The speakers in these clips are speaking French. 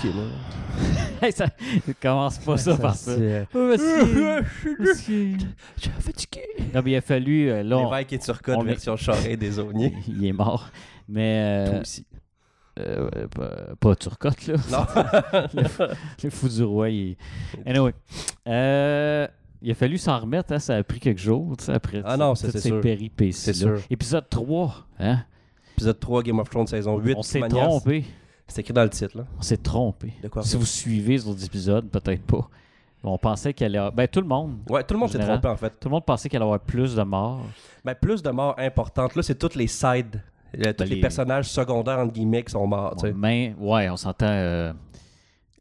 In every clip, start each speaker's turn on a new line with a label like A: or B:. A: qui est là.
B: Hey, ça... Commence pas ça, par ça. Oh,
A: c'est-
B: Ouais,
A: Euh,
B: monsieur, monsieur.
A: Je suis fatigué.
B: Non, mais il a fallu. euh, là, on-
C: L'évêque est turcotte,
B: on est-
C: version charret des auniers.
B: il est mort. Mais. euh,
A: Toi aussi.
B: euh, ouais, pas, pas Turcotte, là.
C: Non.
B: Le fou du roi, il. Anyway. Euh, il a fallu s'en remettre, hein, ça a pris quelques jours, tu sais, après
C: Ah non, ça,
B: toutes
C: c'est
B: ces
C: sûr.
B: péripéties.
C: C'est sûr.
B: Épisode 3, hein?
C: Épisode 3, Game of Thrones, saison 8.
B: on s'est
C: Manias.
B: trompé.
C: C'est écrit dans le titre, là.
B: On s'est trompé.
C: De quoi?
B: si vous suivez les autres épisodes, peut-être pas. On pensait qu'elle allait. Ben, tout le monde.
C: Ouais, tout le monde s'est
B: Général.
C: trompé, en fait.
B: Tout le monde pensait qu'elle allait avoir plus de morts.
C: Ben, plus de morts importantes. Là, c'est toutes les sides. euh,
B: Ben,
C: tous les...
B: les-
C: personnages secondaires, entre guillemets, qui sont morts. tu sais.
B: Mais, ouais, on s'entend euh,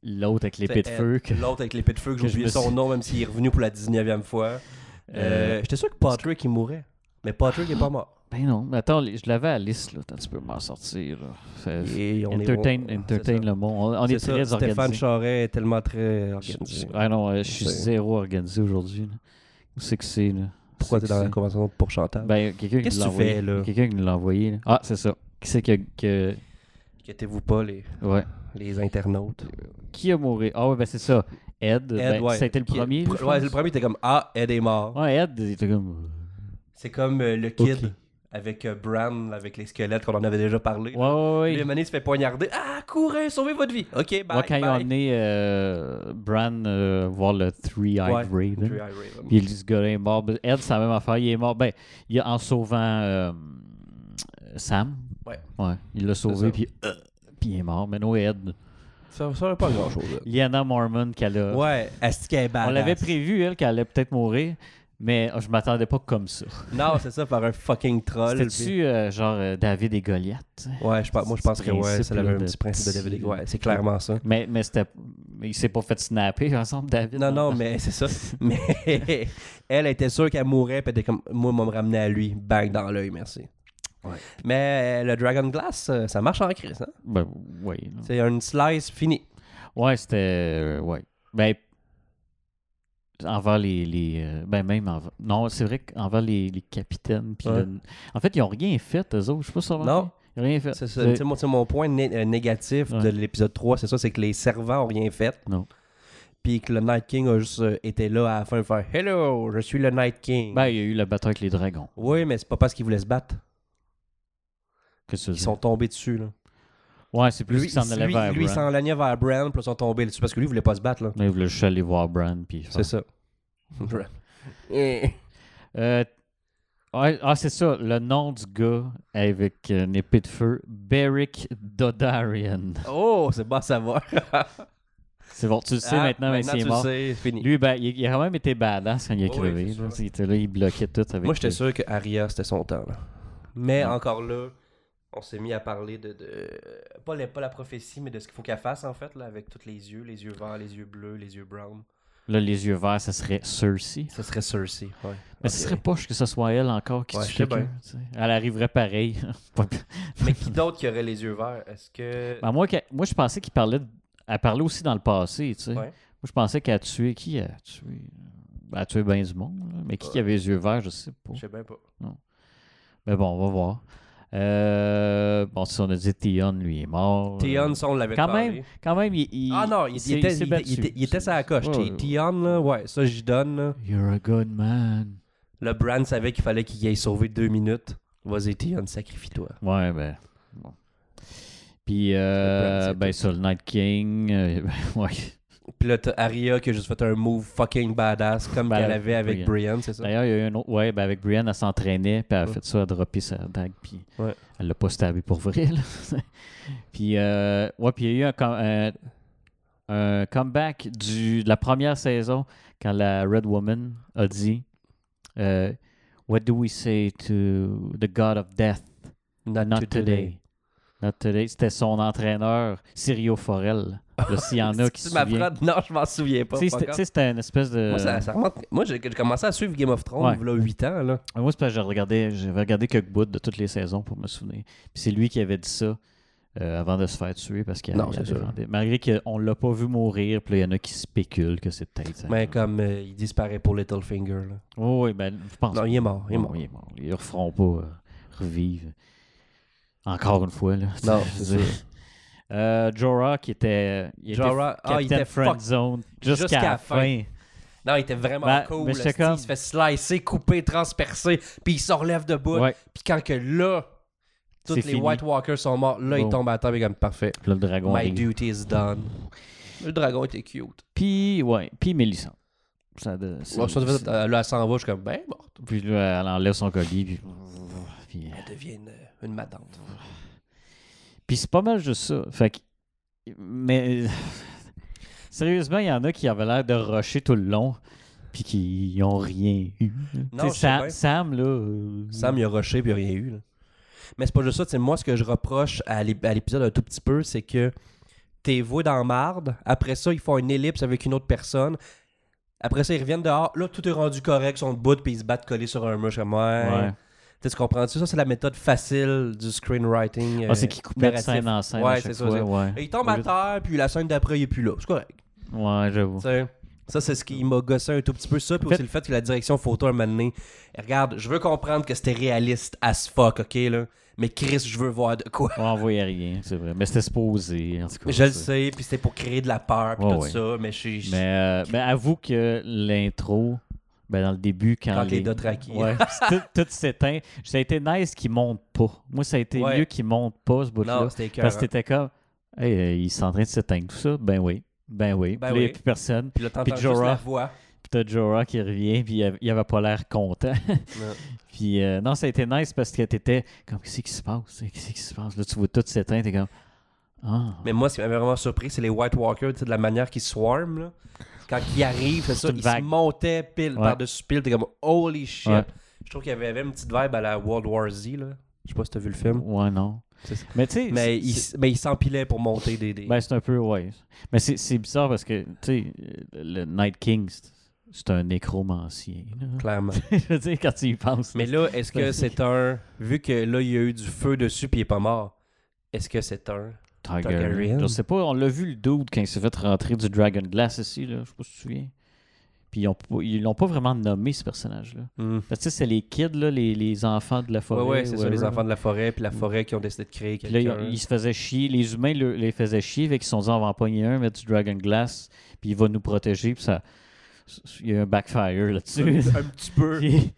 B: l'autre avec l'épée de
C: C'est Euh,
B: feu.
C: Ed,
B: que-
C: L'autre avec l'épée de feu, que j'ai
B: que je
C: oublié
B: me
C: son
B: suis-
C: nom, même s'il est revenu pour la 19e fois. Euh,
B: Euh,
C: J'étais sûr que Patrick, il mourait. Mais Patrick, il est pas mort.
B: Ben non, mais attends, les- je l'avais à liste, là. Attends, tu peux m'en sortir. là. Fait-
C: Et on est-
B: Euh, entertain
C: on- c'est
B: entertain
C: ça.
B: le monde. On, on est,
C: C'est ça,
B: très
C: Stéphane
B: organisé.
C: Charret est tellement très
B: Je-
C: organisé.
B: Ah non, euh, je suis
C: C'est-
B: zéro organisé aujourd'hui. là. Où c'est que c'est, là? Où c'est
C: Pourquoi t'es
B: que
C: dans la
B: c'est?
C: convention pour Chantal?
B: Ben, quelqu'un qui
C: Qu'est-ce
B: nous l'a
C: que tu
B: envoyé.
C: fais, là?
B: Quelqu'un qui nous l'a envoyé. là. Ah, c'est ça. Qui c'est que- que...
C: Inquiétez-vous pas, les,
B: Ouais.
C: les internautes.
B: Qui a mouru? Ah ouais, ben c'est ça. Ed, Euh, ben, ça a été le
C: Qui-
B: premier.
C: pr-
B: je
C: ouais,
B: pense.
C: le premier était comme Ah, Ed est mort.
B: Ouais, Ed, il était comme...
C: C'est comme euh, le kid
B: Ok.
C: avec euh, Bran, avec les squelettes qu'on en avait déjà parlé.
B: Ouais, ouais, ouais.
C: Lui, Le mané se fait poignarder. Ah, courez, sauvez votre vie. Ok, bye.
B: Moi, quand ils ont
C: bye.
B: amené euh, Bran euh, voir le Three-Eyed
C: Ouais,
B: Raven,
C: Three-Eyed Raven.
B: puis il dit ce gars-là est mort. Ben, Ed, c'est la même affaire, il est mort. Ben, il a- en sauvant euh, Sam,
C: Ouais.
B: ouais, il l'a
C: ça.
B: sauvé, puis euh, puis il est mort. Mais non, Ed.
C: Ça ça va pas hein. grand chose.
B: Lyanna Mormon, qu'elle a.
C: Ouais, est-ce qu'elle est
B: on
C: badass?
B: l'avait prévu, elle, qu'elle allait peut-être mourir, mais euh, je m'attendais pas comme ça.
C: Non, c'est ça, par un fucking troll. puis-
B: C'était-tu euh, genre euh, David et Goliath? tu sais?
C: Ouais, je pense, moi je pense
B: Ce
C: que ouais,
B: principe,
C: c'est le même
B: là,
C: petit
B: de
C: principe de David.
B: petit-
C: Ouais, c'est clairement ça.
B: Mais, mais c'était. mais il s'est pas fait snapper ensemble, David. Ah.
C: Non, non, mais c'est ça. Mais elle était sûre qu'elle mourrait, puis elle était comme, moi, moi, me ramener à lui, bang dans l'œil, merci.
B: Ouais.
C: Mais euh, le Dragon Glass, euh, ça marche en crise. Hein?
B: Ben, oui. là.
C: C'est une slice finie.
B: Ouais, c'était. euh, ouais. Ben. Envers les. les euh, ben, même envers. Non, c'est vrai qu'envers les, les capitaines. puis
C: Ouais.
B: le- En fait, ils ont rien fait, eux autres. Je sais pas si ça va.
C: Non.
B: Ils ont rien fait. Euh,
C: C'est ça. Tu sais, mon, tu sais, mon point né- euh, négatif de
B: Ouais.
C: l'épisode 3, c'est ça, c'est que les servants ont rien fait.
B: Non.
C: Puis que le Night King a juste euh, été là à la fin, faire Hello, je suis le Night King.
B: Ben, il y a eu la bataille avec les dragons.
C: Oui, mais c'est pas parce qu'ils voulaient se battre.
B: Qu'est-ce que
C: Ils
B: c'est?
C: sont tombés dessus. Là.
B: Ouais, c'est plus
C: Lui,
B: qu'ils s'en
C: il-
B: allaient
C: lui,
B: vers
C: lui, il
B: Bran.
C: s'en allait vers Bran, puis ils sont tombés dessus parce que lui, il voulait pas se battre. Là.
B: Mais il voulait juste aller voir Bran. Puis
C: C'est ça. Bran.
B: Euh, ouais, ah, c'est ça, le nom du gars avec une épée de feu, Beric Dodarian.
C: oh, c'est bon à savoir.
B: C'est bon, tu le sais
C: Ah,
B: maintenant, mais c'est
C: tu
B: mort.
C: le sais, c'est fini.
B: Lui, ben, il, il a quand même été badass quand il a
C: Oui,
B: crevé.
C: c'est
B: là.
C: sûr.
B: il était là, il bloquait tout avec. euh,
C: Moi, j'étais
B: le-
C: sûr que Arya, c'était son temps. là. Mais
B: Ouais.
C: encore là, on s'est mis à parler de. de- Pas, les- pas la prophétie, mais de ce qu'il faut qu'elle fasse, en fait, là, avec tous les yeux, les yeux verts, les yeux bleus, les yeux browns.
B: Là, les yeux verts, ça serait Cersei.
C: Ce serait Cersei. Ouais.
B: Mais ce serait poche que ce soit elle encore qui
C: Ouais,
B: tue
C: je sais
B: quelqu'un.
C: bien.
B: tu sais. Elle arriverait pareil. Pas-
C: mais qui d'autre qui aurait les yeux verts Est-ce que.
B: Ben, moi, qu'elle- moi, je pensais qu'il parlait. de- Elle parlait aussi dans le passé, tu sais.
C: Ouais.
B: Moi, je pensais qu'elle a tué. Qui elle a tué Elle a tué bien du monde, là. mais qui, qui avait les yeux verts, je sais pas.
C: Je sais bien pas.
B: Mais bon, on va voir. Euh, bon, si on a dit Theon, lui, est mort.
C: Theon,
B: Euh,
C: ça, on l'avait
B: quand
C: parlé.
B: même, quand même, il, il-
C: Ah non, il,
B: s'est-
C: était,
B: s'est
C: il,
B: battu.
C: il était, il était sur la coche.
B: Ouais, ouais.
C: Tion, là, ouais, ça j'y donne. là.
B: You're a good man.
C: Le Brand savait qu'il fallait qu'il aille sauver deux minutes. Vas-y, Tion, sacrifie-toi.
B: Ouais, ben. Bon. Puis, euh,
C: Le Brand, c'est
B: ben,
C: tout.
B: ça, le Night King. euh, ouais.
C: Puis là, t'as Arya qui a juste fait un move fucking badass comme
B: Ben,
C: qu'elle avait avec Brienne, c'est ça?
B: D'ailleurs, il y a eu un autre. Ouais, ben, avec Brienne, elle s'entraînait, puis elle a
C: Ouais.
B: fait ça, elle a droppé sa dague, puis
C: Ouais.
B: elle l'a pas stabé pour vrai, là. puis, euh, ouais, puis il y a eu un, com- un- un comeback du, de la première saison quand la Red Woman a dit euh, What do we say to the God of Death?
C: Not,
B: Uh, Not today. Not today. C'était son entraîneur, Sirio Forel. Là, S'il y en a qui se
C: tu m'apprends?
B: souviennent.
C: Non, je m'en souviens pas.
B: Tu sais,
C: fuck
B: c'était- tu
C: off.
B: sais, c'était une espèce de.
C: Moi, ça, ça remonte- Moi, j'ai j'ai commencé à suivre Game of Thrones
B: Ouais.
C: il y a 8 ans. Là.
B: Ah, Moi, c'est parce que j'ai regardé- j'avais regardé quelques bouts de toutes les saisons pour me souvenir. Puis c'est lui qui avait dit ça euh, avant de se faire tuer parce qu'il
C: Non,
B: il
C: c'est
B: a
C: sûr.
B: demandé. Malgré qu'on l'a pas vu mourir, puis là, il y en a qui spéculent que c'est peut-être ça.
C: Mais comme euh, il disparaît pour Littlefinger. Là.
B: Oh, oui, ben, je pense.
C: Non,
B: pas.
C: il est mort. Il est
B: Non,
C: mort.
B: il est mort. Ils ne referont pas euh, revivre. Encore une fois, là.
C: Non,
B: Je
C: c'est
B: veux dire. Euh, Jorah qui était, il était
C: Jorah, ah, il
B: Captain
C: était fuck-
B: Friend Zone jusqu'à
C: jusqu'à
B: la
C: la
B: fin.
C: Non, il était vraiment
B: Ben,
C: cool.
B: mais j'étais
C: esti,
B: comme-
C: Il se fait slicer, couper, transpercer, puis il se relève debout.
B: Ouais.
C: Puis quand que là, tous
B: C'est
C: les
B: fini.
C: White Walkers sont morts, là,
B: Bon.
C: il tombe à terre, il est comme parfait.
B: Puis là, le dragon
C: My
B: arrive.
C: duty is done. Le dragon était cute.
B: Puis, ouais, puis Mélissa. Ça, de- c'est-
C: Ouais, ça,
B: c'est-
C: euh, là, elle s'en va, je suis comme, ben, morte.
B: Puis là, elle enlève son collier. Puis, puis,
C: Elle devient une, euh, une madante.
B: puis c'est pas mal juste ça. Fait que, mais sérieusement, il y en a qui avaient l'air de rusher tout le long. Puis qui ont rien eu.
C: Non,
B: Tu sais,
C: je sais
B: Sam,
C: bien.
B: Sam, là. euh,
C: Sam, il a rushé, puis il a rien eu. là. Mais c'est pas juste ça. tu sais, Moi, ce que je reproche à l'ép- à l'épisode un tout petit peu, c'est que t'es voué dans marde. Après ça, ils font une ellipse avec une autre personne. Après ça, ils reviennent dehors. Là, tout est rendu correct. Ils sont debout, puis ils se battent collés sur un mur. Je suis comme, ouais.
B: ouais.
C: Tu sais, tu comprends-tu? Ça, c'est la méthode facile du screenwriting.
B: Ah, c'est qui coupait de
C: narratif.
B: scène en scène. à
C: Ouais,
B: chaque
C: c'est ça,
B: fois,
C: c'est-
B: ouais.
C: Et il tombe à terre, puis la scène d'après, il est plus là. C'est correct.
B: Ouais, j'avoue.
C: Tu sais, Ça, c'est ce qui m'a gossé un tout petit peu. Ça, puis
B: En fait-
C: aussi le fait que la direction photo, un moment donné, regarde, je veux comprendre que c'était réaliste as fuck, ok, là. Mais Chris, je veux voir de quoi.
B: On voyait rien, c'est vrai. Mais c'était supposé, en tout cas.
C: Je le
B: c'est-
C: sais, puis c'était pour créer de la peur, puis
B: Ouais,
C: tout
B: ouais.
C: ça, mais je je-
B: Mais, euh, mais avoue que l'intro, ben dans le début, quand,
C: Quand les Dothraki.
B: Ouais, c'est tout, tout s'éteint. Ça a été nice qu'ils montent pas. Moi, ça a été
C: Ouais.
B: mieux qu'ils montent pas, ce bout-là.
C: Non, c'était écœurant.
B: Parce que t'étais comme, hey, euh, ils sont en train de s'éteindre, tout ça. Ben oui, ben oui. puis
C: Ben
B: là, il n'y
C: oui.
B: a plus personne.
C: Puis là, t'entends
B: puis
C: juste
B: Jorah.
C: la voix.
B: Puis t'as Jorah qui revient, puis il avait- il avait pas l'air content.
C: Non.
B: puis euh, non, ça a été nice parce que t'étais comme, qu'est-ce qui se passe? Qu'est-ce qui se passe? Là, tu vois tout s'éteindre, t'es comme, ah.
C: Mais moi, ce qui m'avait vraiment surpris, c'est les White Walkers, tu sais, de la manière qu'ils swarm, là. Quand ils arrivent, c'est ça,
B: une
C: ils
B: vague.
C: se montaient pile
B: Ouais.
C: par-dessus pile, t'es comme holy shit.
B: Ouais.
C: Je trouve qu'il y avait avait une petite vibe à la World War Z, là. Je sais pas si t'as vu le film.
B: Ouais, non.
C: C'est ça.
B: Mais tu sais,
C: Mais ils
B: c'est-
C: mais ils s'empilaient pour monter des. des...
B: Ben, c'est un peu, ouais. Mais c'est c'est bizarre parce que, tu sais, le Night King, c'est- c'est un nécromancien. là.
C: Clairement.
B: Je veux dire, quand tu y penses.
C: Mais là, est-ce que c'est un. Vu que là, il y a eu du feu dessus puis il est pas mort, est-ce que c'est un.
B: Targaryen.
C: Targaryen.
B: Je sais pas, on l'a vu le dude quand il s'est fait rentrer du Dragon Glass ici, là. Je sais pas si tu te souviens. Puis ils ont pas- ils l'ont pas vraiment nommé, ce personnage-là.
C: Hmm.
B: Parce que tu sais, c'est les kids, là, les, les enfants de la
C: Ouais,
B: forêt.
C: ouais, c'est ça,
B: whatever,
C: les
B: là.
C: enfants de la forêt puis la forêt qui ont décidé de créer
B: Puis là,
C: quelqu'un.
B: ils, ils se faisaient chier. Les humains le- les faisaient chier. Fait qu'ils se sont dit, on va en pogner un, mettre du Dragon Glass, puis il va nous protéger. Puis ça... Il y a un backfire là-dessus.
C: Un, un petit peu.
B: Puis,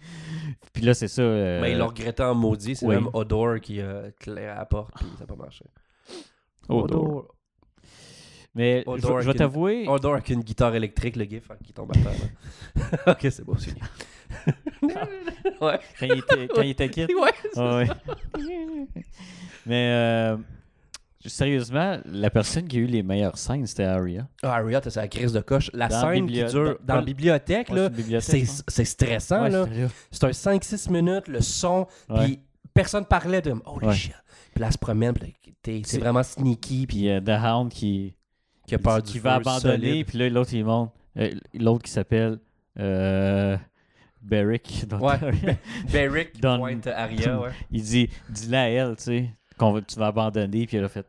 B: puis là, c'est ça. euh,
C: Mais ils l'ont regretté en maudit. C'est
B: oui.
C: même Odor qui a clairé à la porte puis ça n'a pas marché.
B: Odor. Mais
C: Odor
B: je- je, vais
C: avec une-
B: t'avouer,
C: Odor avec une guitare électrique, le gif hein, qui tombe à terre. là. ok, c'est bon, c'est fini. ouais.
B: quand il était, quand il était kid.
C: Ouais.
B: Ah ouais. Mais euh, sérieusement, la personne qui a eu les meilleures scènes, c'était Aria.
C: Ah, Harriet, c'est la crise de coche. La
B: Dans
C: scène
B: biblio-
C: qui dure
B: dans-
C: dans la bibliothèque, là, c'est
B: hein.
C: c'est stressant. là. C'est un 5-6 minutes, le son,
B: Ouais.
C: puis personne parlait de Holy
B: Ouais.
C: shit. Puis là, elle se promène, puis là, t'es-
B: C'est-
C: c'est vraiment sneaky, puis
B: Puis euh, The Hound qui,
C: qui a peur du
B: qui va
C: feu,
B: abandonner.
C: solide.
B: Puis là, l'autre, il monte. Euh, l'autre qui s'appelle euh, Beric. dans
C: Ouais.
B: Aria.
C: Beric
B: Donne-
C: pointe Aria, ouais.
B: Il dit, dis-le à elle, tu sais, qu'on va- tu vas abandonner. Puis elle a fait.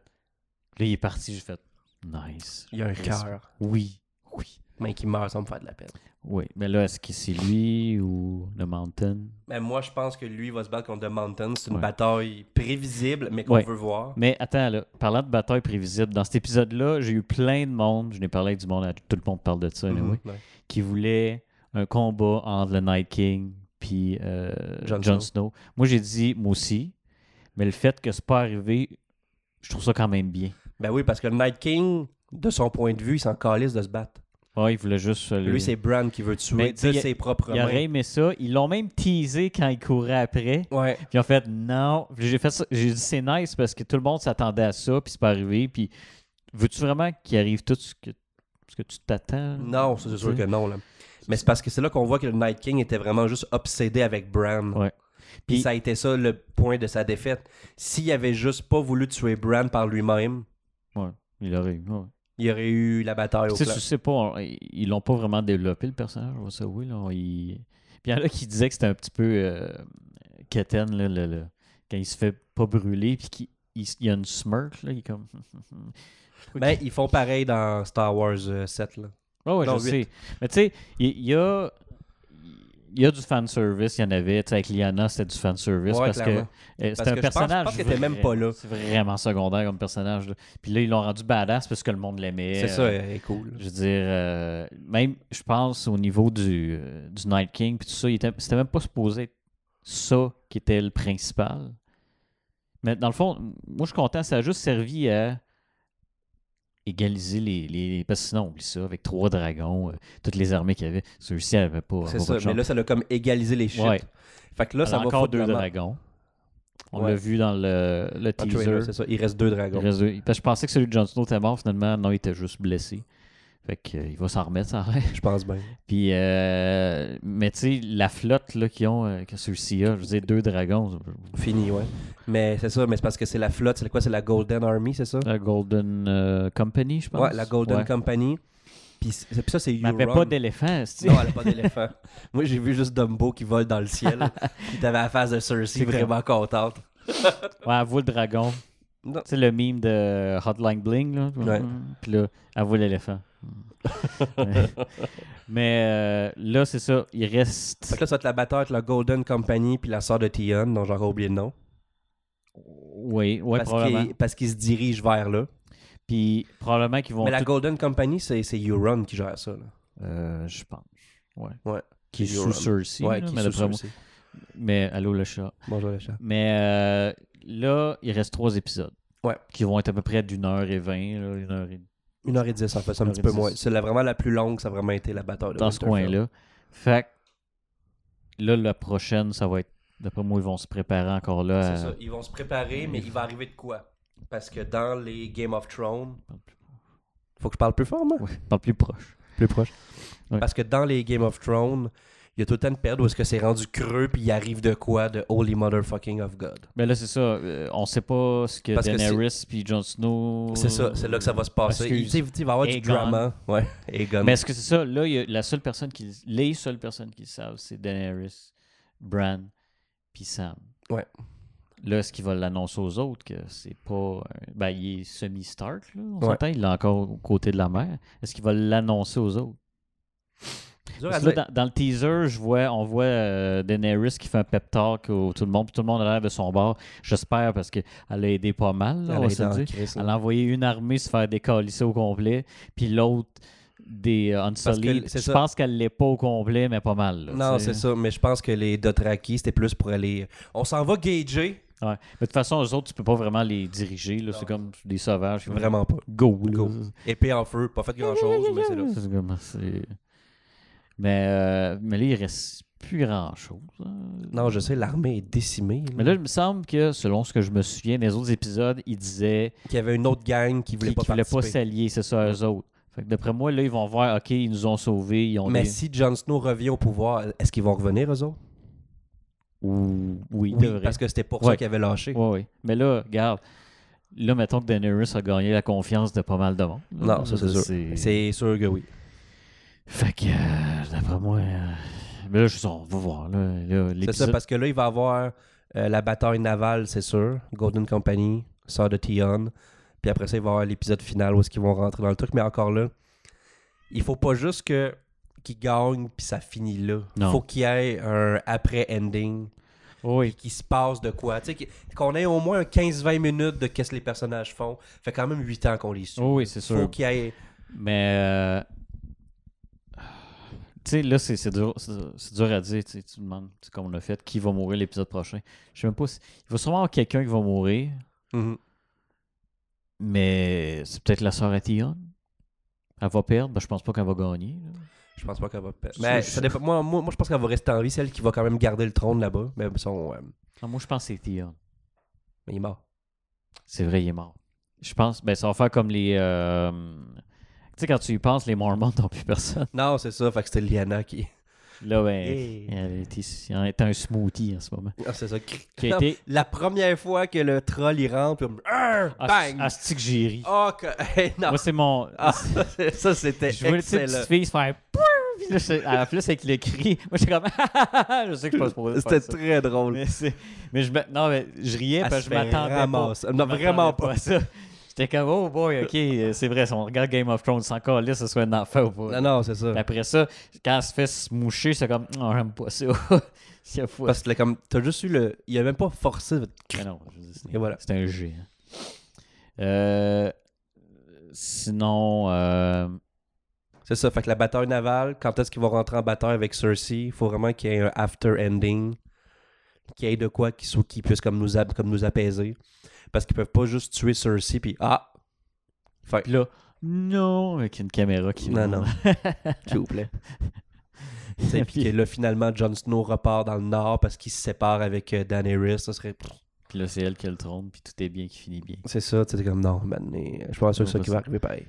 B: Là, il est parti. J'ai fait, nice.
C: Il y a un
B: Respect.
C: cœur,
B: Oui, oui.
C: mais qui meurt, ça me fait de la peine.
B: Oui, mais là, est-ce que c'est lui ou le Mountain?
C: Mais Ben, moi, je pense que lui va se battre contre The Mountain. C'est une
B: Ouais.
C: bataille prévisible, mais qu'on
B: Ouais.
C: veut voir.
B: Mais attends, là, parlant de bataille prévisible, dans cet épisode-là, j'ai eu plein de monde, je n'ai parlé avec du monde, tout le monde parle de ça, anyway,
C: Mhm. Ouais.
B: qui voulait un combat entre le Night King puis euh, Jon
C: Jon
B: Snow. Moi, j'ai dit, moi aussi, mais le fait que c'est pas arrivé, je trouve ça quand même bien.
C: Ben oui, parce que le Night King, de son point de vue, il s'en calisse de se battre.
B: Ouais, il voulait juste... euh, le-
C: Lui, c'est Bran qui veut tuer
B: Mais tu sais,
C: de
B: il-
C: ses propres
B: il aurait
C: mains.
B: aimé ça. Ils l'ont même teasé quand il courait après.
C: Ouais.
B: Puis en fait, non. Puis J'ai fait ça- J'ai dit c'est nice parce que tout le monde s'attendait à ça, puis c'est pas arrivé. Puis veux-tu vraiment qu'il arrive tout ce que, ce que tu t'attends?
C: Non, ça, c'est sûr
B: Tu
C: que
B: sais?
C: non. Là. Mais c'est parce que c'est là qu'on voit que le Night King était vraiment juste obsédé avec Bran.
B: Ouais.
C: Puis
B: Puis-
C: ça a été ça le point de sa défaite. S'il avait juste pas voulu tuer Bran par lui-même,
B: Ouais, il aurait eu. ouais.
C: il y aurait eu la bataille au
B: Tu sais,
C: clair.
B: tu sais pas, on- ils l'ont pas vraiment développé le personnage, on va ça, oui. Là, on- il... Puis il y en a qui disaient que c'était un petit peu euh, Keten, là, le- le- quand il se fait pas brûler, puis qu'il il s- il y a une smirk, là, il est comme.
C: Mais Ben, ils font pareil dans Star Wars euh, 7. Là.
B: Ouais, ouais,
C: Non,
B: je
C: huit.
B: sais. Mais tu sais, il il y, a. il y a du fanservice, il y en avait. Tu sais, avec Liana, c'était du fanservice
C: Ouais,
B: parce que
C: clairement.
B: euh, c'était un
C: Parce que je pense- je
B: personnage.
C: pense qu'elle était même
B: vrai-
C: pas là.
B: C'est vraiment secondaire comme personnage. là. Puis là, ils l'ont rendu badass parce que le monde l'aimait.
C: C'est ça,
B: euh,
C: elle est cool.
B: Je veux dire, euh, même, je pense, au niveau du, euh, du Night King, puis tout ça, il était- c'était même pas supposé être ça qui était le principal. Mais dans le fond, moi, je suis content, ça a juste servi à égaliser les... les- parce que sinon, on oublie ça, avec trois dragons, euh, toutes les armées qu'il y avait, celui-ci, elle avait pas...
C: C'est
B: pas
C: ça,
B: de chance.
C: mais là, ça l'a comme égalisé les shit.
B: Ouais.
C: Fait que là,
B: Elle
C: ça
B: a
C: va
B: encore
C: foutre
B: deux
C: vraiment-
B: dragons. On
C: Ouais.
B: l'a vu dans le, le
C: Ah,
B: teaser.
C: trailer, c'est ça. Il reste deux
B: Il
C: dragons.
B: reste deux. Parce que je pensais que celui de Jon Snow était mort, finalement, non, il était juste blessé. Fait que, euh, il va s'en remettre, ça a l'air.
C: Je pense bien.
B: Puis, euh, mais tu sais, la flotte là, qui ont, euh, que celui-ci a, je disais deux dragons.
C: Fini, ouais. Mais c'est ça, mais c'est parce que c'est la flotte, c'est quoi C'est la Golden Army, c'est ça
B: La Golden euh, Company, je pense.
C: Ouais, la Golden
B: Ouais.
C: Company. Puis, c'est- puis ça, c'est
B: Mais elle
C: Euron.
B: avait pas d'éléphant, c'est-tu?
C: Non, elle a pas d'éléphant. Moi, j'ai vu juste Dumbo qui vole dans le ciel. Puis t'avais la face de Cersei
B: C'est comme-
C: vraiment contente.
B: Ouais, elle voit le dragon. Tu
C: Non.
B: sais, le mime de Hotline Bling, là. Mm-hmm.
C: Ouais.
B: Puis là, elle voit l'éléphant. mais euh, là, c'est ça, il
C: Fait que
B: reste.
C: là, ça va être la bataille entre la Golden Company puis la sœur de Tion, dont j'aurais oublié le nom.
B: Oui, ouais,
C: parce
B: probablement.
C: qu'il parce qu'il se dirige vers là.
B: Puis probablement qu'ils vont.
C: Mais la
B: tout-
C: Golden Company, c'est c'est Euron qui gère ça. là.
B: Euh, je pense. Ouais.
C: Ouais.
B: Qui est sous
C: Euron.
B: Cersei.
C: Ouais,
B: là,
C: qui
B: mais
C: sous
B: d'après moi-
C: Cersei.
B: Mais allô, le chat.
C: Bonjour le chat.
B: Mais euh, là, il reste trois épisodes.
C: Ouais.
B: Qui vont être à peu près d'une heure et vingt, là, une heure et...
C: Une heure et dix, en fait, c'est un
B: Une
C: petit
B: heure et
C: peu
B: dix.
C: moins. C'est la- vraiment la plus longue, ça a vraiment été la bataille de
B: dans ce
C: Winterfell.
B: coin-là. Fait que là, la prochaine, ça va être. D'après moi, ils vont se préparer encore là. à-
C: C'est ça. Ils vont se préparer, mais il va arriver de quoi? Parce que dans les Game of Thrones. Faut que je parle plus fort, moi?
B: Ouais, dans le plus proche.
C: Plus proche.
B: Ouais.
C: Parce que dans les Game of Thrones, il y a tout le temps une période où est-ce que c'est rendu creux puis il arrive de quoi de Holy Motherfucking of God.
B: Mais là, c'est ça. euh, on sait pas ce que
C: Parce que
B: Daenerys puis Jon Snow.
C: C'est ça, c'est là que ça va se passer. Il,
B: Excuse.
C: tu sais, il va y avoir du
B: Aegon.
C: drama. Ouais, Aegon.
B: Mais est-ce que c'est ça? Là, il y a la seule personne qui. Les seules personnes qui le savent, c'est Daenerys, Bran, puis Sam.
C: Ouais.
B: Là, est-ce qu'ils va l'annoncer aux autres que c'est pas. un- Ben, il est semi-Stark, là. On
C: Ouais.
B: s'entend, il est encore aux côtés de la mer. Est-ce qu'il va l'annoncer aux autres?
C: Dur à
B: Parce que
C: dire.
B: là, dans, dans le teaser, je vois, on voit euh, Daenerys qui fait un pep talk au tout le monde. puis Tout le monde a l'air de son bord. J'espère parce qu'elle a aidé pas mal. là,
C: Elle
B: on
C: est
B: va se le
C: dans
B: dire.
C: Chris, là.
B: Elle a envoyé une armée se faire décalisser au complet, puis l'autre des euh, Unsullied.
C: que c'est
B: Je
C: ça.
B: pense qu'elle l'est pas au complet, mais pas mal. là,
C: Non,
B: tu sais.
C: c'est ça, mais je pense que les Dothraki, c'était plus pour aller. On s'en va gager.
B: Ouais. Mais de toute façon, eux autres, tu peux pas vraiment les diriger. là. C'est comme des sauvages.
C: Vraiment pas.
B: Go, là.
C: Go. Épée en feu, pas fait grand chose, mais c'est là.
B: C'est comme- c'est- Mais, euh, mais là, il reste plus grand-chose. hein.
C: Non, je sais, l'armée est décimée. là.
B: Mais là, il me semble que, selon ce que je me souviens des autres épisodes, ils disaient
C: Qu'il y avait une autre gang qui voulait
B: qu'ils
C: pas
B: ne voulaient pas
C: participer.
B: s'allier, c'est ça, eux autres. Fait que d'après moi, là, ils vont voir, OK, ils nous ont sauvés, ils ont
C: mais
B: des-
C: si Jon Snow revient au pouvoir, est-ce qu'ils vont revenir eux autres
B: Ou... Oui, ils
C: Oui,
B: devraient.
C: parce que c'était pour
B: Ouais.
C: ça qu'ils avaient lâché.
B: Ouais, ouais. Mais là, regarde, là, mettons que Daenerys a gagné la confiance de pas mal de monde. là.
C: Non, ça, c'est sûr. C'est sûr que oui.
B: Fait que, euh, d'après moi... euh, Mais là, je sais, on va voir. Là, là,
C: C'est ça,
B: l'épisode-
C: parce que là, il va avoir euh, la bataille navale, c'est sûr. Golden Company, sort de Tion. Puis après ça, il va avoir l'épisode final où est-ce qu'ils vont rentrer dans le truc. Mais encore là, il faut pas juste que qu'ils gagnent puis ça finit là.
B: Non.
C: faut qu'il y ait un après-ending
B: Oui,
C: qui se passe de quoi. Tu sais, qu'il- qu'on ait au moins un 15-20 minutes de qu'est-ce que les personnages font. Fait quand même 8 ans qu'on les suit.
B: oui, c'est Oh, sûr.
C: faut qu'il y ait...
B: Mais. euh, Tu sais, là, c'est c'est dur, c'est c'est dur à dire. Tu sais, tu demandes, tu sais, comme on a fait, qui va mourir l'épisode prochain. Je sais même pas si. Il va sûrement avoir quelqu'un qui va mourir,
C: Mhm.
B: mais c'est peut-être la sœur à Tion. Elle va perdre, ben, je pense pas qu'elle va gagner. là.
C: Je pense pas qu'elle va... perdre.
B: Ça,
C: Mais
B: je-
C: ça dépend- moi, moi, moi, je pense qu'elle va rester en vie, celle qui va quand même garder le trône là-bas. Mais son... euh,
B: Non, moi, je pense que c'est Tion.
C: il est mort.
B: C'est vrai, il est mort. Je pense. Ben, ça va faire comme les. euh, Tu sais, quand tu y penses, les Mormons n'ont plus personne.
C: Non, c'est ça, fait que c'était Liana qui.
B: Là, ben.
C: Yeah.
B: Elle était, elle était un smoothie en ce moment.
C: Ah, c'est ça.
B: Qui a été.
C: La première fois que le troll il rentre, puis Arr, bang!
B: Asti Ah, que j'ai ri.
C: oh, que... hey, non!
B: Moi, c'est mon.
C: Ah, ça, ça, c'était
B: Je vois tu sais, une
C: excellent.
B: petite fille se faire. Pouh Puis là, je- à la plus, avec le cri. Moi, j'étais comme. je sais que je suis pas supposé
C: C'était
B: faire ça.
C: très drôle. Ah,
B: Mais, c'est- mais je me- non, mais je riais
C: Elle
B: parce
C: se
B: que je
C: fait
B: m'attendais pas.
C: ramasser. Non,
B: Je m'attendais
C: vraiment pas.
B: à ça. J'étais comme, oh boy, ok, euh, c'est vrai, si on regarde Game of Thrones, c'est encore là, ce soit un enfant ou pas.
C: Non, non, c'est ça.
B: Puis Après ça, quand elle se fait se moucher, c'est comme, non, j'aime pas ça. c'est fou.
C: Parce que là, comme, t'as juste eu le. Il a même pas forcé.
B: Mais non, je veux dire, c'est-
C: Et voilà.
B: c'est un G. hein. Euh, sinon, euh,
C: C'est ça. Fait que la bataille navale, quand est-ce qu'il va rentrer en bataille avec Cersei, il faut vraiment qu'il y ait un after ending. Qu'il y ait de quoi qui, sou- qui puisse comme nous, a- comme nous apaiser. Parce qu'ils peuvent pas juste tuer Cersei puis ah! Fait
B: puis là, non, avec une caméra qui.
C: Non, non. s'il vous plaît. Tu sais, puis que là, finalement, Jon Snow repart dans le nord parce qu'il se sépare avec euh, Daenerys. Ça serait.
B: Puis là, c'est elle qui a le trône, puis tout est bien qui finit bien.
C: C'est ça, tu sais, comme non, man, mais je pense que c'est ça qui va arriver pareil.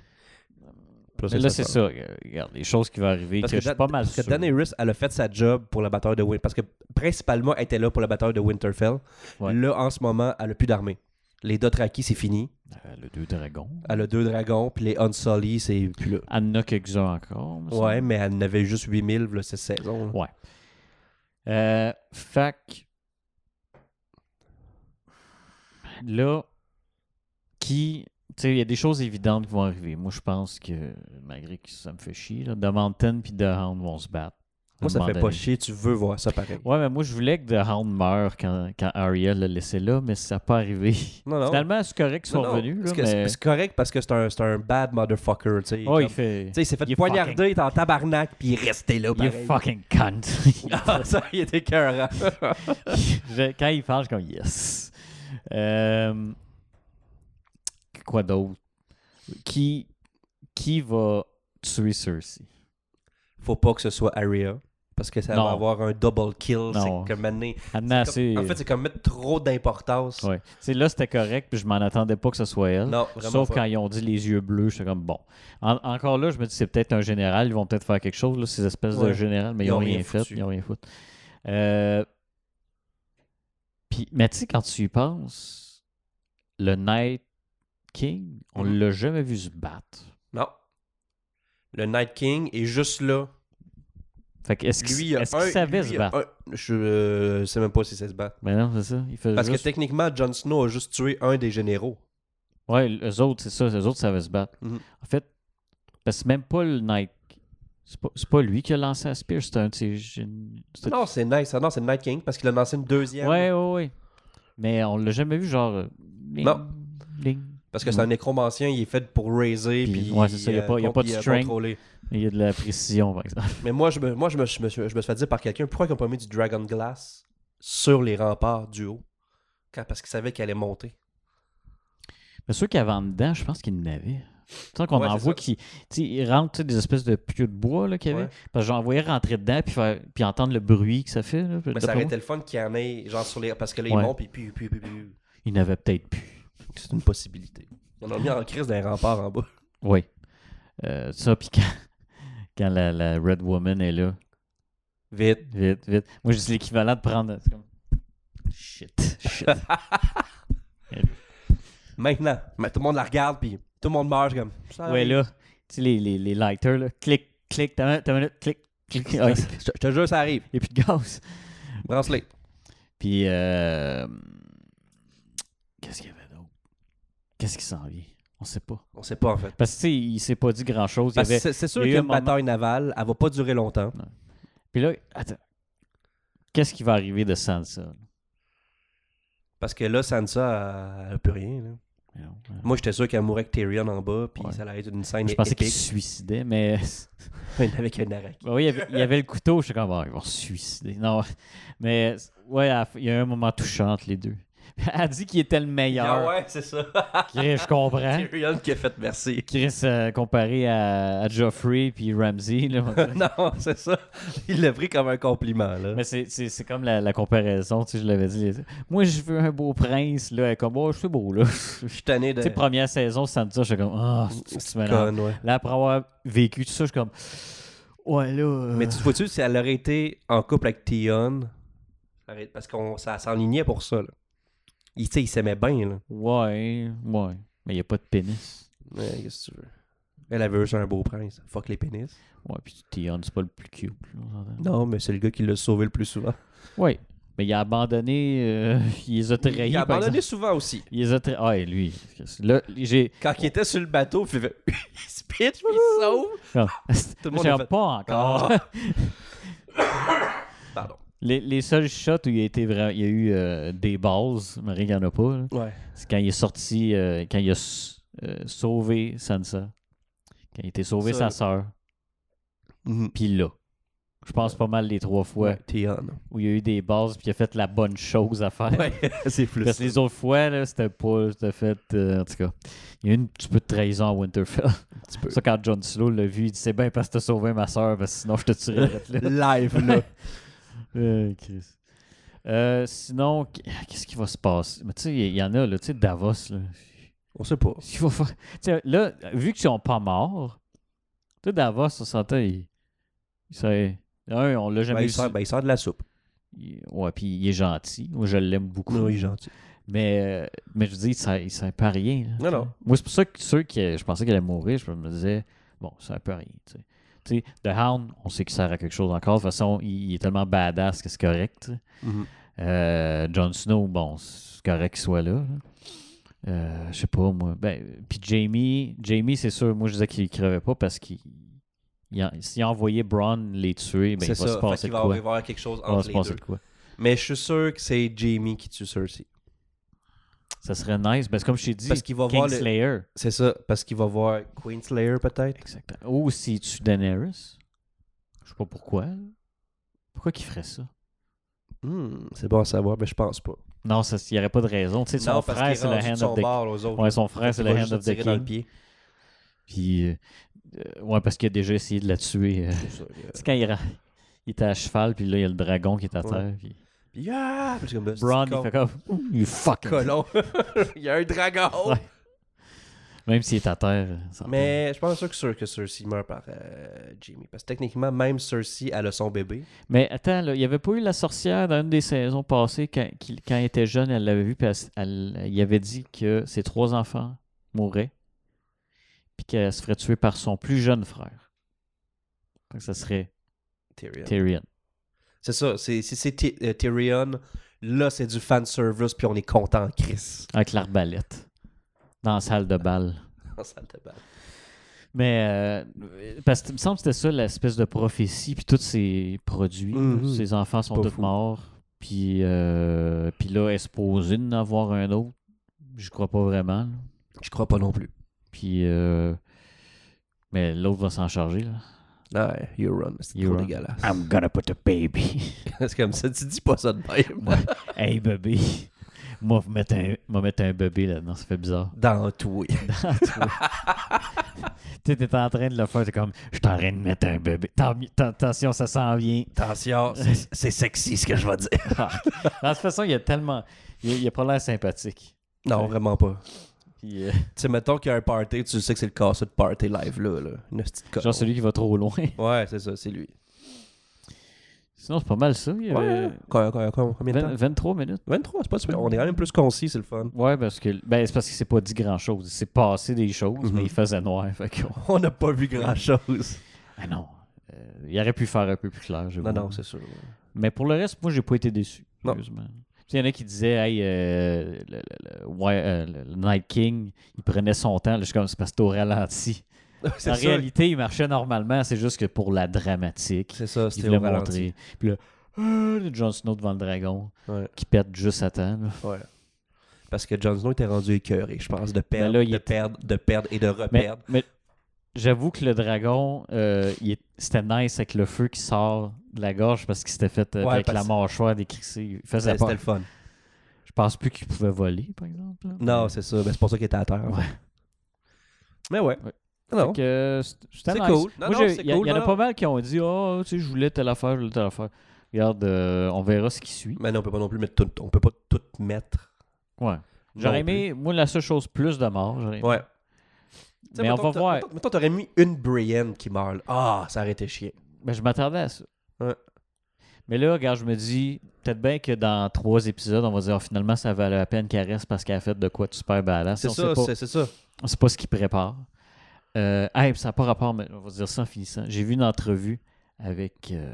C: Puis
B: Mais là, c'est ça. euh, Regarde, les choses qui vont arriver,
C: Parce
B: que,
C: que,
B: je suis
C: Dan-
B: pas mal
C: parce que
B: sûr.
C: Daenerys, elle a fait sa job pour la bataille de Winterfell. Parce que principalement, elle était là pour la bataille de Winterfell.
B: Ouais.
C: Là, en ce moment, elle a plus d'armée. Les Dothraki, c'est fini.
B: Euh, le deux dragons.
C: Elle a deux dragons, puis les Unsullied, c'est plus là.
B: Elle en a quelques-uns encore. me semble.
C: Ouais, mais elle en avait juste 8000 là, cette saison. là.
B: Ouais. Euh, fac. Là, qui. Tu sais, il y a des choses évidentes qui vont arriver. Moi, je pense que, malgré que ça me fait chier, là, The Mountain puis The Hound vont se battre.
C: Moi, ça
B: À un
C: fait
B: moment
C: pas
B: donné.
C: chier, tu veux voir ça pareil.
B: Ouais, mais moi, je voulais que The Hound meure quand, quand Arya l'a laissé là, mais ça n'a pas arrivé.
C: Non, non.
B: Finalement, c'est correct qu'ils
C: Non,
B: sont
C: non,
B: revenus.
C: parce
B: Là,
C: que c'est-
B: mais...
C: C'est correct parce que c'est un, c'est un bad motherfucker, tu sais.
B: Oh, il
C: Comme-
B: fait.
C: tu sais, il s'est fait
B: il est
C: poignarder, il est en tabarnak, puis il est resté là,
B: You
C: pareil.
B: fucking cunt.
C: Ah, ça, il était cœur. hein.
B: Je- quand il parle, je suis comme yes. Euh, quoi d'autre? Qui, qui va tuer Cersei?
C: faut pas que ce soit Aria. Parce que ça
B: Non.
C: va avoir un double kill. C'est
B: Non.
C: comme mener-
B: Anna,
C: comme- En fait, c'est comme mettre trop d'importance.
B: ouais. C'est là, c'était correct, puis je m'en attendais pas que ce soit elle.
C: Non, vraiment
B: Sauf
C: pas.
B: quand ils ont dit les yeux bleus, j'étais comme bon. En- encore là, je me dis c'est peut-être un général, ils vont peut-être faire quelque chose, là, ces espèces de
C: Ouais.
B: général, mais ils n'ont rien, fait.
C: foutu.
B: Ils n'ont rien foutu. Euh, Puis, mais tu sais, quand tu y penses, le Night King, on
C: Mhm.
B: l'a jamais vu se battre.
C: Non. Le Night King est juste là.
B: Fait que est-ce qu'il
C: Lui, il a
B: est-ce qu'il
C: un-
B: savait
C: lui,
B: se
C: il a
B: battre?
C: un- Je euh, sais même pas si c'est se battre.
B: Ben non, c'est ça. Il faisait
C: Parce
B: juste...
C: que techniquement, Jon Snow a juste tué un des généraux.
B: Ouais, eux autres, c'est ça. Eux autres savaient se battre.
C: Mhm.
B: En fait, parce que c'est même pas le Nike. C'est pas, c'est pas lui qui a lancé la spear, c'était un de ses... gén- c'était-
C: Non, c'est nice. Ah Non, c'est le Night King parce qu'il a lancé une deuxième.
B: Ouais, ouais, ouais. Mais on l'a jamais vu, genre. euh, ding,
C: Non.
B: ding.
C: Parce que c'est un nécromancien, il est fait pour raiser.
B: Mm. Puis-
C: Puis, euh,
B: ouais, c'est ça, il y a pas- il y a
C: con-
B: pas de
C: puis,
B: strength.
C: contrôler.
B: Il y a de la précision, par exemple.
C: Mais moi, je me, moi je, me, je, me, suis- je me suis fait dire par quelqu'un pourquoi ils n'ont pas mis du Dragon Glass sur les remparts du haut Quand- Parce qu'ils savaient qu'elle allait monter.
B: Mais ceux qui avaient en dedans, je pense qu'ils n'avaient. Tu sais qu'on
C: Ouais,
B: en
C: c'est
B: voit
C: ça.
B: qui tu sais, ils rentrent tu sais, des espèces de pieux de bois là, qu'il y avait.
C: Ouais.
B: Parce que j'en voyais rentrer dedans puis, faire, puis entendre le bruit que ça fait. Là,
C: Mais ça aurait été le fun qu'il y en ait, genre sur les. Parce que là,
B: Ouais.
C: ils montent, puis puis puis puis puis.
B: Il n'avait peut-être plus.
C: C'est une possibilité. On a mis en crise des remparts en bas.
B: Oui. Euh, ça, puis quand, quand la, la Red Woman est là,
C: Vite.
B: vite, vite. Moi, je dis l'équivalent de prendre. c'est comme, Shit, shit.
C: Maintenant. Mais tout le monde la regarde, puis tout le monde meurt, je suis comme. ça
B: ouais,
C: arrive.
B: là, tu sais, les, les, les lighters, là, clic, clic, t'as une minute, clic, clic. Ah, Il
C: Je, je te jure, ça arrive.
B: n'y a plus de gaz.
C: Bracelet.
B: Puis, euh, qu'est-ce qu'il y avait d'autre? Qu'est-ce qui s'en vient? On sait pas.
C: On sait pas, en fait.
B: Parce que, tu sais, il s'est pas dit grand-chose. Il y
C: Parce que
B: avait...
C: c'est c'est sûr
B: il y a eu
C: qu'une
B: un moment-
C: bataille navale, elle va pas durer longtemps.
B: Puis là, attends. Qu'est-ce qui va arriver de Sansa? là?
C: Parce que là, Sansa, elle, elle a plus rien. là.
B: Mais non, euh,
C: Moi, j'étais sûr qu'elle mourrait avec Tyrion en bas, puis
B: Ouais.
C: ça allait être une scène
B: Je pensais qu'il
C: épique
B: se suicidait, mais...
C: avec un araki.
B: Ben oui, il y avait, il y avait le couteau, je suis comme, Ah, ils vont se suicider. Non, mais ouais, à la fin, il y a eu un moment touchant entre les deux. Elle dit qu'il était le meilleur.
C: Ah ouais, c'est ça.
B: Chris, je comprends.
C: Tyrion qui a fait merci.
B: Chris, euh, comparé à, à Joffrey puis Ramsey. là, on dirait.
C: non, c'est ça. Il l'a pris comme un compliment, là.
B: mais c'est- c'est c'est comme la, la comparaison, tu sais, je l'avais dit. Moi, je veux un beau prince, là, elle est comme, oh, je suis beau, là.
C: Je suis tanné de...
B: Tu sais, première saison, Sansa, je suis comme, ah, c'est c'est mélange.
C: Conne, ouais.
B: Là, après avoir vécu tout ça, je suis comme, ouais, là. euh,
C: Mais tu vois-tu, si elle aurait été en couple avec Tyrion, ça aurait- parce qu'on ça s'enlignait pour ça, là. Il, tu sais, il s'aimait bien, là.
B: Ouais, ouais. Mais il n'y a pas de pénis.
C: Ouais, qu'est-ce que tu veux? Elle avait juste un beau prince. Fuck les pénis.
B: Ouais, puis Tion, c'est pas le plus cute. là, on s'entend.
C: Non, mais c'est le gars qui l'a sauvé le plus souvent.
B: Ouais. Mais il a abandonné, euh, il les a trahis.
C: il a
B: par
C: abandonné
B: exemple.
C: souvent aussi.
B: Il les a trahis. Ah, et lui. Là, j'ai.
C: Quand il était sur le bateau, puis il fait il se pitch, puis il se sauve.
B: Tout
C: le monde a fait-
B: pas encore.
C: Ah. Pardon.
B: Les, les seuls shots où il a, été vra- il y a eu euh, des bases, Marie, il n'y en a pas. là.
C: Ouais.
B: C'est quand il est sorti, euh, quand il a s- euh, sauvé Sansa. Quand il a été sauvé
C: Ça,
B: sa sœur.
C: Mhm.
B: Puis là. Je pense pas mal les trois fois
C: Ouais, Theon.
B: où il y a eu des bases puis il a fait la bonne chose à faire.
C: Ouais, c'est plus.
B: Parce que les autres fois, là, c'était pas. C'était fait. euh, en tout cas, il y a eu un petit peu de trahison à Winterfell.
C: un petit peu.
B: Ça, quand Jon Snow l'a vu, il dit C'est bien parce que t'as sauvé ma soeur, parce que sinon je te tuerais. là.
C: Live, là.
B: Euh, Chris. Euh, sinon, qu- qu'est-ce qui va se passer? Mais tu sais, il y en a, là, tu sais, Davos, là.
C: On sait pas.
B: Qu'est-ce qu'il va faire? Tu sais, là, vu qu'ils sont pas morts, tu sais, Davos, on sentait, il. il serait- Un, on l'a
C: Ben,
B: jamais
C: il,
B: vu.
C: sort, ben, il sort de la soupe.
B: Il- Ouais, puis il est gentil. Moi, je l'aime beaucoup.
C: Oui, gentil.
B: Mais, euh, mais je veux dire, ça ne sert pas à rien. là,
C: Non, non.
B: tu sais. Moi, c'est pour ça que ceux qui. Je pensais qu'elle allait mourir, je me disais, bon, ça ne sert pas à rien. tu sais. Tu sais, The Hound, on sait qu'il sert à quelque chose encore. De toute façon, il, il est tellement badass que c'est correct. tu sais.
C: Mhm.
B: Euh, Jon Snow, bon, c'est correct qu'il soit là. là. Euh, je sais pas, moi. Ben, puis Jamie, Jamie c'est sûr, moi, je disais qu'il crevait pas parce qu'il. il en- S'il envoyait Braun les tuer, ben, il
C: c'est
B: va
C: ça.
B: se
C: Fait
B: passer
C: qu'il
B: de quoi.
C: va avoir- il va y avoir quelque chose
B: Il va
C: entre
B: se
C: les
B: passer
C: deux.
B: de quoi.
C: Mais je suis sûr que c'est Jamie qui tue Cersei.
B: Ça serait nice. Parce que comme je t'ai dit,
C: Parce qu'il va voir le-
B: Kingslayer.
C: C'est ça, parce qu'il va voir Queenslayer peut-être.
B: Exactement. Ou si tu Daenerys. Je sais pas pourquoi. là. Pourquoi qu'il ferait ça?
C: Hmm, c'est bon à savoir, mais je pense pas.
B: Non, ça- il n'y aurait pas de raison. Tu sais, son
C: non, parce
B: frère,
C: qu'il est
B: c'est le
C: rendu de
B: hand
C: son
B: of the king.
C: bord, aux autres.
B: Ouais, son frère,
C: Il
B: c'est le
C: va juste
B: hand of the
C: tirer dans le
B: king.
C: pied.
B: Puis, euh, euh, ouais, parce qu'il a déjà essayé de la tuer. euh.
C: C'est ça, il, euh,
B: C'est quand il, ra- il était à cheval, puis là, il y a le dragon qui est à
C: Ouais.
B: terre. Puis...
C: puis, yeah! Puis c'est comme là,
B: Bronn,
C: c'est
B: il fait comme, Ouh, you fuck.
C: colon. il y a un dragon.
B: Ouais. Même s'il est à terre. euh, ça
C: Mais je pense sûr que, sûr que Cersei meurt par euh, Jamie. Parce que techniquement, même Cersei, elle a son bébé.
B: Mais attends, là, il n'y avait pas eu la sorcière dans une des saisons passées quand, qu'il- quand elle était jeune, elle l'avait vu, puis elle, elle- il avait dit que ses trois enfants mourraient, puis qu'elle se ferait tuer par son plus jeune frère. Donc ça serait
C: Tyrion.
B: Tyrion.
C: C'est ça, c'est c'est- c'est Ty- euh, Tyrion. Là, c'est du fan service, puis on est content, Chris.
B: Avec l'arbalète. Dans la salle de bal.
C: En salle de bain.
B: Mais euh, parce que il me semble que c'était ça l'espèce de prophétie, puis tous ces produits,
C: Mhm.
B: ces enfants sont
C: Pas
B: tous
C: fou.
B: morts, puis euh, puis là, est-ce posé d'en avoir un autre? Je crois pas vraiment. là.
C: Je crois pas non plus.
B: Puis. euh, Mais l'autre va s'en charger, là.
C: Ouais, Euron, Ah, c'est trop
B: Euron.
C: dégueulasse.
B: gonna put a baby.
C: c'est comme ça, tu dis pas ça de même.
B: hey, bébé. Moi, je vais mettre un, moi, mettre un bébé là-dedans, ça fait bizarre.
C: Dans tout, oui.
B: Tu sais, t'es en train de le faire, t'es comme, je suis en train de mettre un bébé. Tant mieux, tant- Attention, ça s'en vient.
C: Attention, c'est- c'est sexy ce que je vais dire.
B: Dans toute façon, il a tellement. Il a, il a pas l'air sympathique.
C: Non, vraiment pas.
B: Puis, euh,
C: Tu sais, mettons qu'il y a un party, tu sais que c'est le casse de party live là. là. Une petite conne.
B: genre celui qui va trop loin.
C: Ouais, c'est ça, c'est lui.
B: Sinon, c'est pas mal ça. Il y avait
C: Ouais. Quoi- quoi- quoi- Combien de
B: 20
C: temps
B: 23 minutes.
C: 23, c'est pas super. On est quand même plus concis, c'est le fun.
B: Ouais, parce que. Ben, c'est parce qu'il s'est pas dit grand chose. Il s'est passé des choses, mais
C: Mhm.
B: il faisait noir. Fait qu'on-
C: On n'a pas vu grand chose.
B: Ah non. Euh, il aurait pu faire un peu plus clair, je
C: Non, non, c'est sûr.
B: Mais pour le reste, moi, j'ai pas été déçu.
C: Non.
B: sérieusement. Tu sais, Il y en a qui disaient, hey, euh, le, le- le- ouais, euh, le- le Night King, il prenait son temps. Là, je suis comme, c'est parce que t'es au ralenti. En
C: C'est ça.
B: réalité, il marchait normalement. C'est juste que pour la dramatique,
C: C'est ça,
B: il
C: c'était
B: voulait
C: au ralenti.
B: montrer. Puis là, ah, le Jon Snow devant le dragon,
C: Ouais,
B: qui pète juste à temps. là.
C: ouais. Parce que Jon Snow était rendu écœuré, je pense, de perdre,
B: là, il
C: de
B: était-
C: perdre, de perdre et de
B: Mais,
C: reperdre.
B: mais j'avoue que le dragon, euh, il est- c'était nice avec le feu qui sort de la gorge parce qu'il s'était fait euh,
C: Ouais,
B: avec
C: parce-
B: la mâchoire décrissée. Il faisait
C: C'était
B: peur.
C: c'était le fun.
B: Je pense plus qu'il pouvait voler, par exemple. là.
C: Non, c'est ça. Ben, c'est pour ça qu'il était à terre.
B: Ouais.
C: Mais ouais.
B: Ouais.
C: Non.
B: Fait que, euh, c'est c'était
C: C'est
B: nice.
C: cool. Non,
B: Moi,
C: non,
B: j'ai-
C: c'est
B: il y, a-
C: cool,
B: il y en a
C: non,
B: pas mal qui ont dit Ah, tu sais, je voulais telle affaire, je voulais telle affaire. Regarde, euh, on verra ce qui suit.
C: Mais non, on peut pas non plus mettre tout. On peut pas tout mettre.
B: Ouais. J'aurais
C: non
B: aimé, moi, la seule chose, plus de mort. j'aurais
C: plus.
B: aimé.
C: Ouais. T'sais,
B: Mais on
C: mettons
B: va
C: que t'a-
B: voir.
C: Mettons, mettons, t'aurais mis une Brienne qui meurt. là. Ah, ça aurait été chier.
B: Ben, je m'attendais à ça.
C: Ouais.
B: Mais là, regarde, je me dis, peut-être bien que dans trois épisodes, on va dire, Ah, finalement, ça valait la peine qu'elle reste parce qu'elle a fait de quoi de super badass.
C: C'est
B: On
C: ça,
B: sait pas-
C: c'est c'est ça.
B: On sait pas ce qu'il prépare. Euh, hey, puis ça n'a pas rapport, mais on va dire ça en finissant. J'ai vu une entrevue avec euh,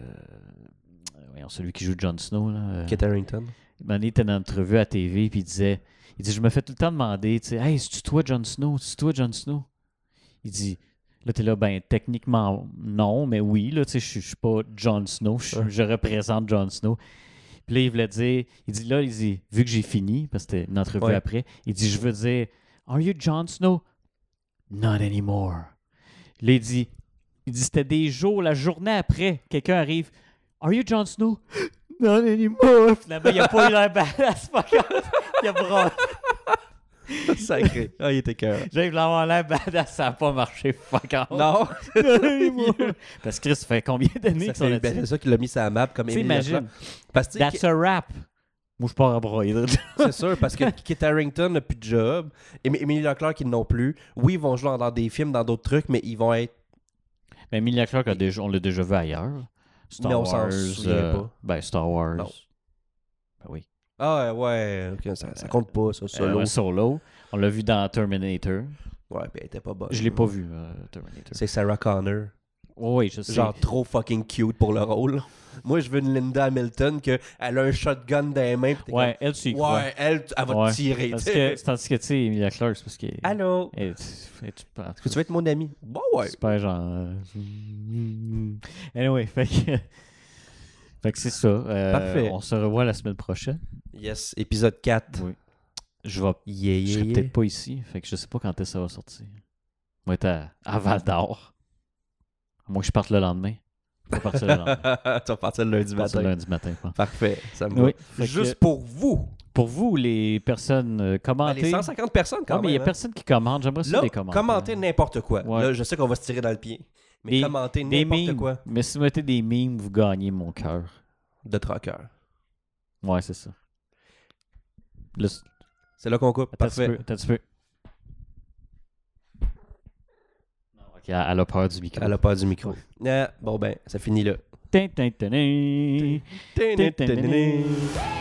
B: voyons, celui qui joue Jon Snow, là, euh,
C: Kit Harington.
B: un moment donné, il était dans une entrevue à TV, puis il disait, il dit, je me fais tout le temps demander, tu sais, hey, c'est-tu toi Jon Snow? C'est-tu toi Jon Snow? Il dit, là, t'es là, ben, techniquement, non, mais oui, là, tu sais, je suis- je suis pas Jon Snow, je, suis-
C: Ouais.
B: je représente Jon Snow. Puis là, il voulait dire, il dit, là, il dit, vu que j'ai fini, parce que c'était une entrevue
C: Ouais.
B: après, il dit, je veux dire, Are you Jon Snow? Not anymore. Là, il dit, il dit, c'était des jours, la journée après, quelqu'un arrive, Are you Jon Snow? Non, anymore. Finalement, il a pas eu l'air badass, par contre. Il a braillé.
C: Sacré. Ah, il était cœur.
B: J'ai voulu avoir l'air badass, ça n'a pas marché, fuck off.
C: Non,
B: Non, anymore. Parce que Chris, ça fait combien d'années
C: ça
B: qu'ils sont
C: fait- ben,
B: là-dessus?
C: c'est ça qu'il a mis sa map comme
B: Tu sais,
C: immédiatement.
B: imagine,
C: Parce que tu sais,
B: that's a rap. Moi, je pars à broyer. là.
C: C'est sûr, parce que Kit Harington n'a plus de job. Em- Emily Leclerc, ils n'ont plus. Oui, ils vont jouer dans des films, dans d'autres trucs, mais ils vont être.
B: Mais Emilia Clarke, a déjà- on l'a déjà vu ailleurs. Star
C: Mais on s'en
B: Wars.
C: souvient pas.
B: Ben, Star Wars.
C: Non.
B: Ben oui.
C: Ah ouais, ok, ça,
B: Euh,
C: ça compte pas, ça,
B: Solo.
C: solo.
B: solo. On l'a vu dans Terminator.
C: Ouais, puis elle était pas bonne.
B: Je l'ai pas vu, euh, Terminator.
C: C'est Sarah Connor.
B: Oui, je sais.
C: Genre trop fucking cute pour le rôle. Moi, je veux une Linda Hamilton qu'elle a un shotgun dans les mains. Pis t'es
B: ouais, elle, tu y
C: comme,
B: crois.
C: ouais, elle, tu- elle va
B: Ouais,
C: te tirer.
B: Parce
C: t'sais.
B: que, tandis que, tu sais, Emilia Clarke, c'est parce qu'elle
C: Allô?
B: elle- elle- elle- tu- en tout
C: Est-ce que
B: cas,
C: tu veux être mon ami? Bah ouais.
B: super genre. euh, Anyway, fait que. Fait que c'est ça. Euh,
C: Parfait.
B: On se revoit la semaine prochaine.
C: Yes, épisode 4.
B: Oui. Je vais.
C: Yeah,
B: Je
C: yeah,
B: serai
C: yeah.
B: peut-être pas ici. Fait que je sais pas quand est-ce que ça va sortir. Moi, être à, à Val d'Or. À moins que je parte le lendemain. Je vais partir le lendemain.
C: tu vas partir le lundi
B: Je vais partir
C: matin.
B: lundi matin. je pense.
C: Parfait, ça me va.
B: hein. Oui. Fait que,
C: Juste pour vous.
B: pour vous, les personnes, euh,
C: Ah,
B: commentez.
C: les 150 personnes
B: Ouais,
C: quand
B: mais il n'y
C: même.
B: a
C: hein.
B: personne qui commente. J'aimerais ça
C: Là,
B: des commentaires.
C: commentez n'importe quoi.
B: Ouais.
C: Là, je sais qu'on va se tirer dans le pied. Mais
B: Des-
C: commentez
B: des
C: n'importe
B: mimes.
C: quoi
B: Mais si vous mettez des mimes, vous gagnez mon cœur.
C: de Trocker.
B: Ouais, c'est ça. Là, c-
C: C'est là qu'on coupe.
B: attends un petit
C: Bah,
B: peu,
C: Parfait.
B: attends un petit peu. Non, ok, elle a peur du micro.
C: Elle a pas du micro. Ah, bon ben, ça finit là.
B: Tin, tin, tin, tin. Tin, tin, tin, tin.